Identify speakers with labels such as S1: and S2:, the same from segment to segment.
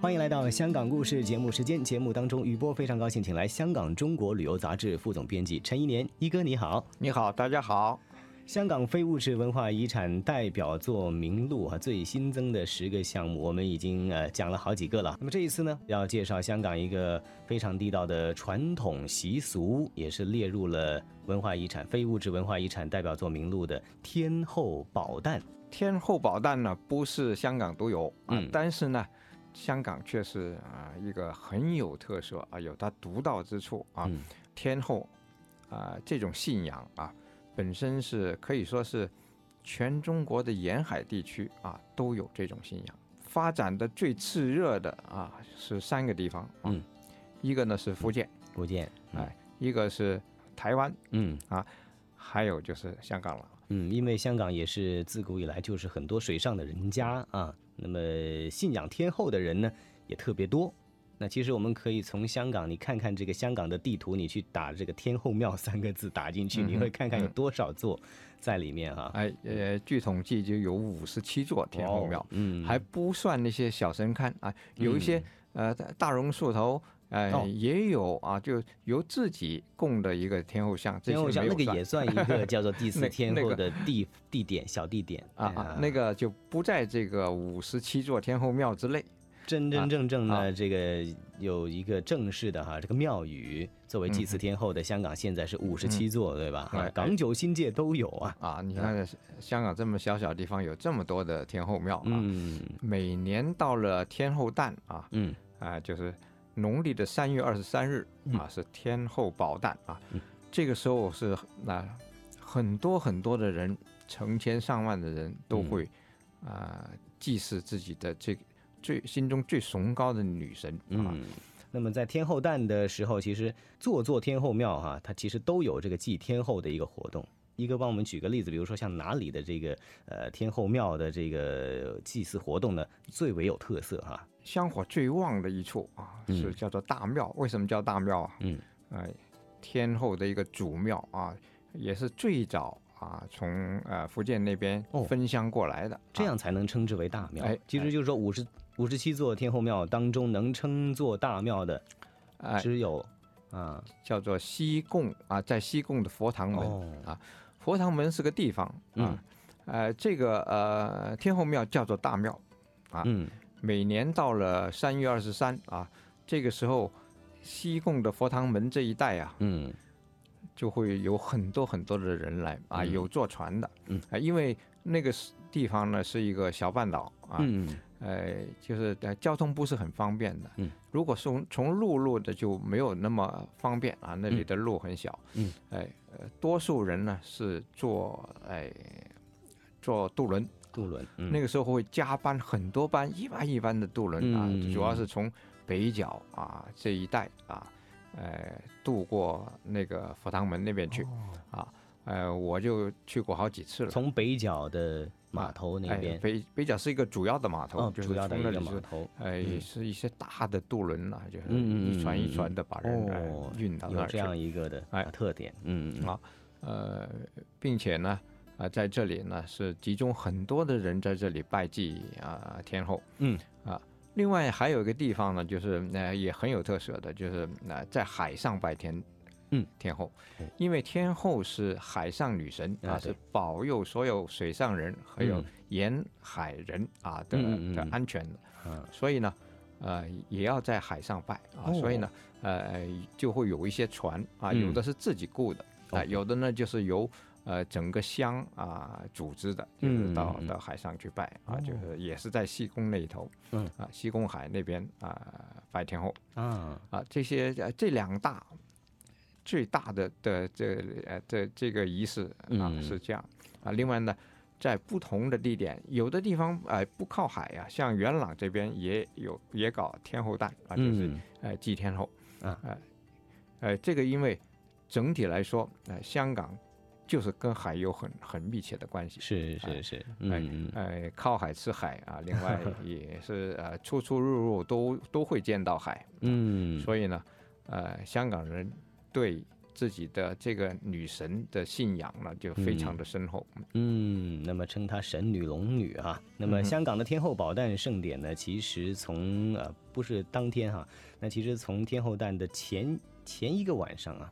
S1: 欢迎来到《香港故事》节目时间。节目当中，余波非常高兴，请来香港《中国旅游杂志》副总编辑陈一年一哥，你好。
S2: 你好，大家好。
S1: 香港非物质文化遗产代表作名录啊，最新增的十个项目，我们已经呃讲了好几个了。那么这一次呢，要介绍香港一个非常地道的传统习俗，也是列入了文化遗产、非物质文化遗产代表作名录的天后宝诞。
S2: 天后宝诞呢，不是香港独有啊，
S1: 嗯
S2: 但是呢，香港却是啊、一个很有特色啊，有它独到之处啊。
S1: 嗯
S2: 天后啊、这种信仰啊，本身是可以说是全中国的沿海地区啊都有这种信仰。发展的最炽热的啊是三个地方，啊
S1: 嗯，
S2: 一个呢是福建，
S1: 郭建，嗯
S2: 哎，一个是台湾，
S1: 嗯
S2: 还有就是香港了。
S1: 嗯，因为香港也是自古以来就是很多水上的人家啊，那么信仰天后的人呢也特别多。那其实我们可以从香港，你看看这个香港的地图，你去打这个“天后庙”三个字打进去，
S2: 嗯哼
S1: 你会看看有多少座在里面啊。
S2: 哎，呃，据统计就有五十七座天后庙
S1: 哦，，嗯，
S2: 还不算那些小神龛啊，有一些、呃大大榕树头。呃，
S1: 哦
S2: 也有啊，就由自己供的一个天后像，这
S1: 天
S2: 些
S1: 后像
S2: 没
S1: 那
S2: 有
S1: 个
S2: 算啊
S1: 也算一个叫做第四
S2: 那
S1: 天
S2: 那
S1: 后
S2: 个
S1: 的地地点小地点哎
S2: 啊啊，那个就不在这个五十七座天后庙之内。
S1: 真真正正
S2: 啊
S1: 的这个有一个正式的哈，这个庙宇作为祭祀天后的香港现在是五十七座，对吧？
S2: 嗯哎
S1: 啊
S2: 哎
S1: 港九新界都有啊。
S2: 啊，你看香港这么小小地方有这么多的天后庙啊，
S1: 嗯
S2: 每年到了天后诞啊，
S1: 嗯
S2: 啊，就是农历的三月二十三日啊，是天后宝诞啊。
S1: 嗯
S2: 这个时候是那、很多很多的人，成千上万的人都
S1: 嗯
S2: 会啊、祭祀自己的这个最心中最崇高的女神啊。
S1: 嗯。那么在天后诞的时候，其实座座天后庙哈、它其实都有这个祭天后的一个活动。一哥帮我们举个例子，比如说像哪里的这个呃天后庙的这个祭祀活动呢，最为有特色哈、
S2: 香火最旺的一处啊，
S1: 嗯
S2: 是叫做大庙。为什么叫大庙啊？
S1: 嗯，
S2: 呃，天后的一个主庙啊，也是最早啊从呃福建那边
S1: 哦
S2: 分香过来的。
S1: 这
S2: 啊
S1: 样才能称之为大庙。
S2: 哎
S1: 其实
S2: 哎
S1: 就是说五十五十七座天后庙当中能称作大庙的
S2: 哎，
S1: 只有啊
S2: 叫做西贡啊，在西贡的佛堂门，
S1: 哦嗯
S2: 佛堂门是个地方啊，呃，这个呃天后庙叫做大庙，啊
S1: 嗯
S2: 每年到了三月二十三啊，这个时候西贡的佛堂门这一带啊，
S1: 嗯
S2: 就会有很多很多的人来啊，
S1: 嗯
S2: 有坐船的，
S1: 嗯
S2: 啊，因为那个是地方呢是一个小半岛啊，
S1: 嗯
S2: 呃，就是呃交通不是很方便的。
S1: 嗯，
S2: 如果从从陆路的就没有那么方便啊，那里的路很小。
S1: 嗯，
S2: 哎、呃，多数人呢是坐哎、坐渡轮，
S1: 渡轮嗯
S2: 那个时候会加班很多班，一班一班的渡轮啊，
S1: 嗯
S2: 主要是从北角啊这一带啊，呃，渡过那个佛堂门那边去、啊。呃，我就去过好几次了。
S1: 哦从北角的码头那
S2: 哎
S1: 边、
S2: 北北角是一个主要的码头，
S1: 哦，
S2: 就是
S1: 主要的
S2: 从
S1: 一
S2: 那
S1: 个
S2: 里
S1: 码
S2: 是
S1: 头。
S2: 哎，
S1: 嗯
S2: 是一些大的渡轮啊，就是
S1: 嗯嗯嗯
S2: 一船一船的把人、
S1: 哦
S2: 呃运到那
S1: 有
S2: 儿
S1: 这
S2: 去。
S1: 样一个的
S2: 哎
S1: 啊特点，嗯嗯
S2: 啊呃，并且呢，啊、在这里呢是集中很多的人在这里拜祭啊、天后。
S1: 嗯
S2: 啊，另外还有一个地方呢，就是呃也很有特色的，就是呃在海上拜天。
S1: 嗯，
S2: 天后
S1: 哦，
S2: 因为天后是海上女神
S1: 啊
S2: 啊，
S1: 对
S2: 是保佑所有水上人还有
S1: 嗯
S2: 沿海人啊的
S1: 嗯嗯嗯
S2: 的
S1: 嗯
S2: 安全的。
S1: 啊
S2: 所以呢，呃，也要在海上拜啊，
S1: 哦
S2: 所以呢，呃，就会有一些船啊，
S1: 嗯哦
S2: 有的是自己雇的、啊，
S1: OK
S2: 有的呢就是由呃整个乡啊组织的，就
S1: 嗯
S2: 是到、
S1: 嗯嗯
S2: 到海上去拜啊，
S1: 哦
S2: 就是也是在西宫那一头，
S1: 嗯
S2: 啊，西宫海那边啊拜天后
S1: 啊，
S2: 啊，这些呃这两大。最大的的这呃这这个仪式啊
S1: 嗯
S2: 是这样啊，另外呢，在不同的地点，有的地方哎、呃不靠海呀、像元朗这边也有也搞天后诞啊，就是、
S1: 嗯
S2: 呃祭天后
S1: 啊
S2: 呃呃这个因为整体来说，呃香港就是跟海有很很密切的关系，
S1: 是
S2: 哎
S1: 是是，嗯嗯
S2: 呃靠海吃海啊，另 外也是呃出出入入都都会见到海，
S1: 嗯，
S2: 所以呢，呃香港人对自己的这个女神的信仰呢，就非常的深厚。
S1: 嗯，那么称她神女、龙女啊。那么香港的天后宝诞盛典呢，其实从呃不是当天哈、那其实从天后诞的前前一个晚上啊，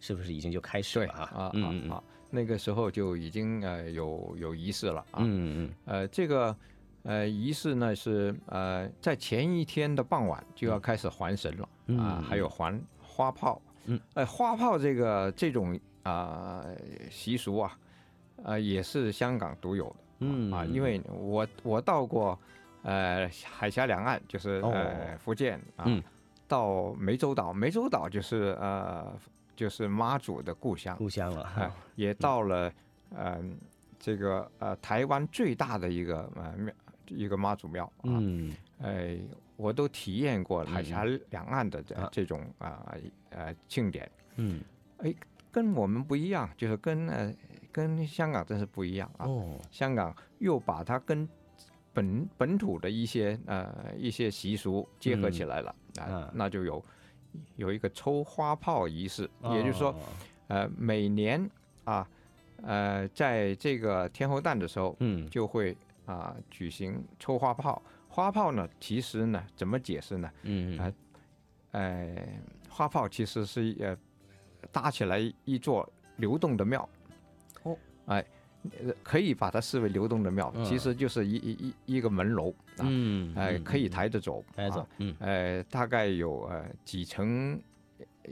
S1: 是不是已经就开始
S2: 对
S1: 了啊？
S2: 啊
S1: 嗯嗯
S2: 啊啊，那个时候就已经呃有有仪式了啊。
S1: 嗯嗯
S2: 呃，这个呃仪式呢是呃在前一天的傍晚就要开始还神了啊、
S1: 嗯
S2: 还有还花炮。
S1: 嗯，
S2: 呃，花炮这个这种啊、习俗啊，呃也是香港独有的
S1: 嗯
S2: 啊，因为我我到过呃海峡两岸，就是呃
S1: 哦
S2: 福建啊，
S1: 嗯
S2: 到湄洲岛，湄洲岛就是呃就是妈祖的故乡。
S1: 故乡了
S2: 哎
S1: 哈。，
S2: 也到了，嗯，这个呃台湾最大的一个呃庙，一个妈祖庙啊，
S1: 嗯
S2: 哎，我都体验过海峡两岸的这
S1: 啊
S2: 这种啊呃庆典，
S1: 嗯
S2: 跟我们不一样，就是跟呃跟香港真是不一样啊，
S1: 哦
S2: 香港又把它跟本本土的一些呃一些习俗结合起来了、
S1: 啊
S2: 啊，那就有有一个抽花炮仪式，也就是说。
S1: 哦
S2: 呃，每年啊，呃，在这个天后诞的时候，
S1: 嗯
S2: 就会啊、举行抽花炮。花炮呢，其实呢，怎么解释呢？
S1: 嗯
S2: 啊呃，花炮其实是呃搭起来一座流动的庙。
S1: 哦，
S2: 哎、呃可以把它视为流动的庙，
S1: 嗯
S2: 其实就是一一一一个门楼啊，
S1: 嗯
S2: 哎、可以抬着走，
S1: 抬走
S2: 啊，
S1: 嗯
S2: 呃，大概有呃几层，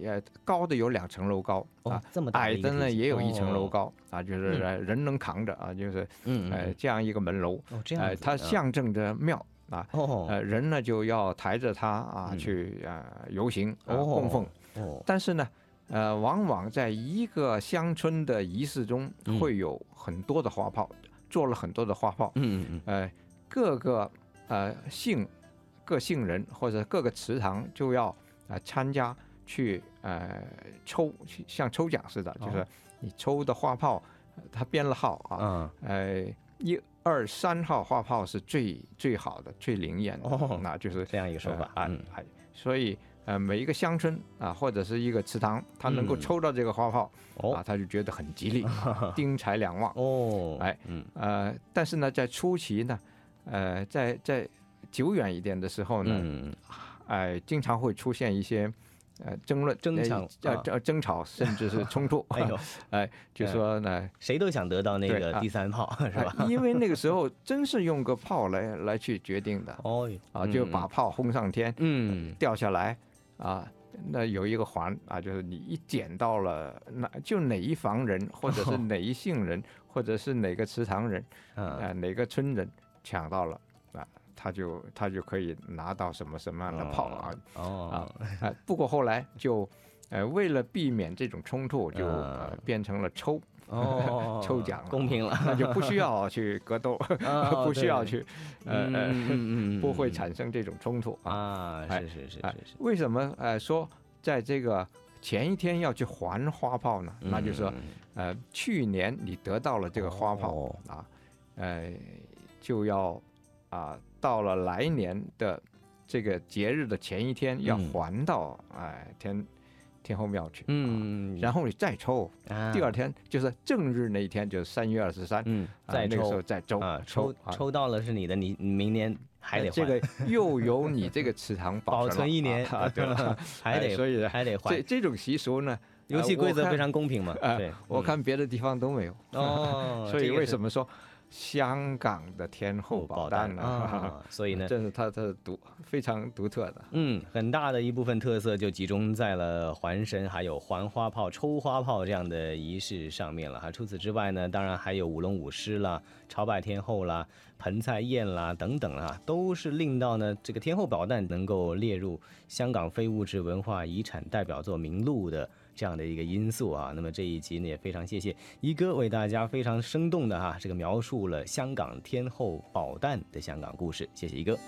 S2: 呃，高的有两层楼高啊
S1: 哦，这么大
S2: 矮
S1: 一个
S2: 的呢
S1: 体积
S2: 也有一层楼
S1: 哦
S2: 高、啊，就是呃人能扛着啊，就是
S1: 嗯嗯
S2: 呃这样一个门楼，
S1: 哦这样
S2: 呃
S1: 子
S2: 它
S1: 啊
S2: 象征着庙啊，
S1: 哦
S2: 呃人呢就要抬着它啊、
S1: 嗯
S2: 去呃游行、呃
S1: 哦
S2: 供奉，
S1: 哦
S2: 但是呢。呃，往往在一个乡村的仪式中
S1: 嗯，
S2: 会有很多的花炮，做了很多的花炮。
S1: 嗯嗯
S2: 呃，各个呃姓各姓人或者各个祠堂就要呃参加去呃抽，像抽奖似的，就是
S1: 哦
S2: 你抽的花炮，呃它编了号
S1: 嗯
S2: 啊，
S1: 啊
S2: 呃一二三号花炮是最最好的、最灵验的，
S1: 哦
S2: 那就是
S1: 这样一个说
S2: 呃
S1: 法
S2: 啊
S1: 嗯
S2: 哎所以。呃，每一个乡村啊，或者是一个祠堂，他能够
S1: 嗯
S2: 抽到这个花炮、啊，
S1: 哦
S2: 他就觉得很 吉利，丁财两旺。
S1: 哦
S2: 哎
S1: 嗯
S2: 呃，但是呢，在初期呢，呃，在在久远一点的时候呢，
S1: 嗯
S2: 哎、经常会出现一些呃争论、
S1: 争
S2: 呃
S1: 吵
S2: 呃
S1: 啊。
S2: 争争吵，甚至是冲 突
S1: 哎呦
S2: 就说 呢，
S1: 谁都想得到那
S2: 对
S1: 个
S2: 啊
S1: 第三炮是吧？
S2: 哎因为那个时候真是用个炮来来去决定的
S1: 哦
S2: 啊，就
S1: 嗯
S2: 把炮轰上天，
S1: 嗯
S2: 掉下来啊。那有一个环啊，就是你一捡到了哪就哪一房人，或 者是哪一姓人，或者是哪个祠堂人，
S1: 啊
S2: 呃，哪个村人抢到了啊，他就他就可以拿到什么什么样的炮啊
S1: 哦
S2: 啊！不过后来就，呃，为了避免这种冲突，就、呃
S1: 嗯、
S2: 变成了抽，
S1: 哦
S2: 抽奖了啊
S1: 公平了，
S2: 那就不需要去格斗，
S1: 哦
S2: 不需要
S1: 对
S2: 去，呃
S1: 嗯
S2: 呃，
S1: 嗯嗯嗯
S2: 不会
S1: 嗯
S2: 产生这种冲突啊。
S1: 啊，
S2: 哎
S1: 是是是
S2: 哎
S1: 是是，
S2: 为什么呃说在这个前一天要去还花炮呢？那就是说
S1: 嗯，嗯
S2: 呃，去年你得到了这个花炮、
S1: 哦
S2: 啊，呃，就要啊、到了来年的这个节日的前一天要
S1: 嗯
S2: 还到哎、天天后庙去，啊，
S1: 嗯，
S2: 然后你再抽，
S1: 后
S2: 第二天就是正日那一天，就是三月二十三，
S1: 嗯
S2: 啊
S1: 再
S2: 那个时
S1: 抽
S2: 候再抽
S1: 啊抽
S2: 啊
S1: 抽到了是你的，你你明年还
S2: 呃
S1: 得
S2: 这
S1: 还
S2: 个又由你这个祠 堂
S1: 保
S2: 存了
S1: 存一年
S2: 啊，啊对了，
S1: 还
S2: 哎
S1: 得
S2: 所以
S1: 还得 还
S2: 这，这种习俗呢，
S1: 游戏
S2: 呃
S1: 规
S2: 我
S1: 则非
S2: 看
S1: 常公平嘛，
S2: 呃
S1: 对，
S2: 我
S1: 嗯
S2: 看别的地方都没有，
S1: 哦，
S2: 所以为什
S1: 么
S2: 么说香港的天后
S1: 哦保
S2: 宝诞呢？
S1: 啊？所以呢，
S2: 这是它它的独非常独特的。
S1: 嗯，很大的一部分特色就集中在了还神、还有还花炮、抽花炮这样的仪式上面了哈。除此之外呢，当然还有舞龙舞狮啦、朝拜天后啦、盆菜宴啦等等啊，都是令到呢这个天后宝诞能够列入香港非物质文化遗产代表作名录的这样的一个因素啊。那么这一集呢，也非常谢谢一哥为大家非常生动的哈、这个描述了香港天后宝诞的香港故事，谢谢一哥。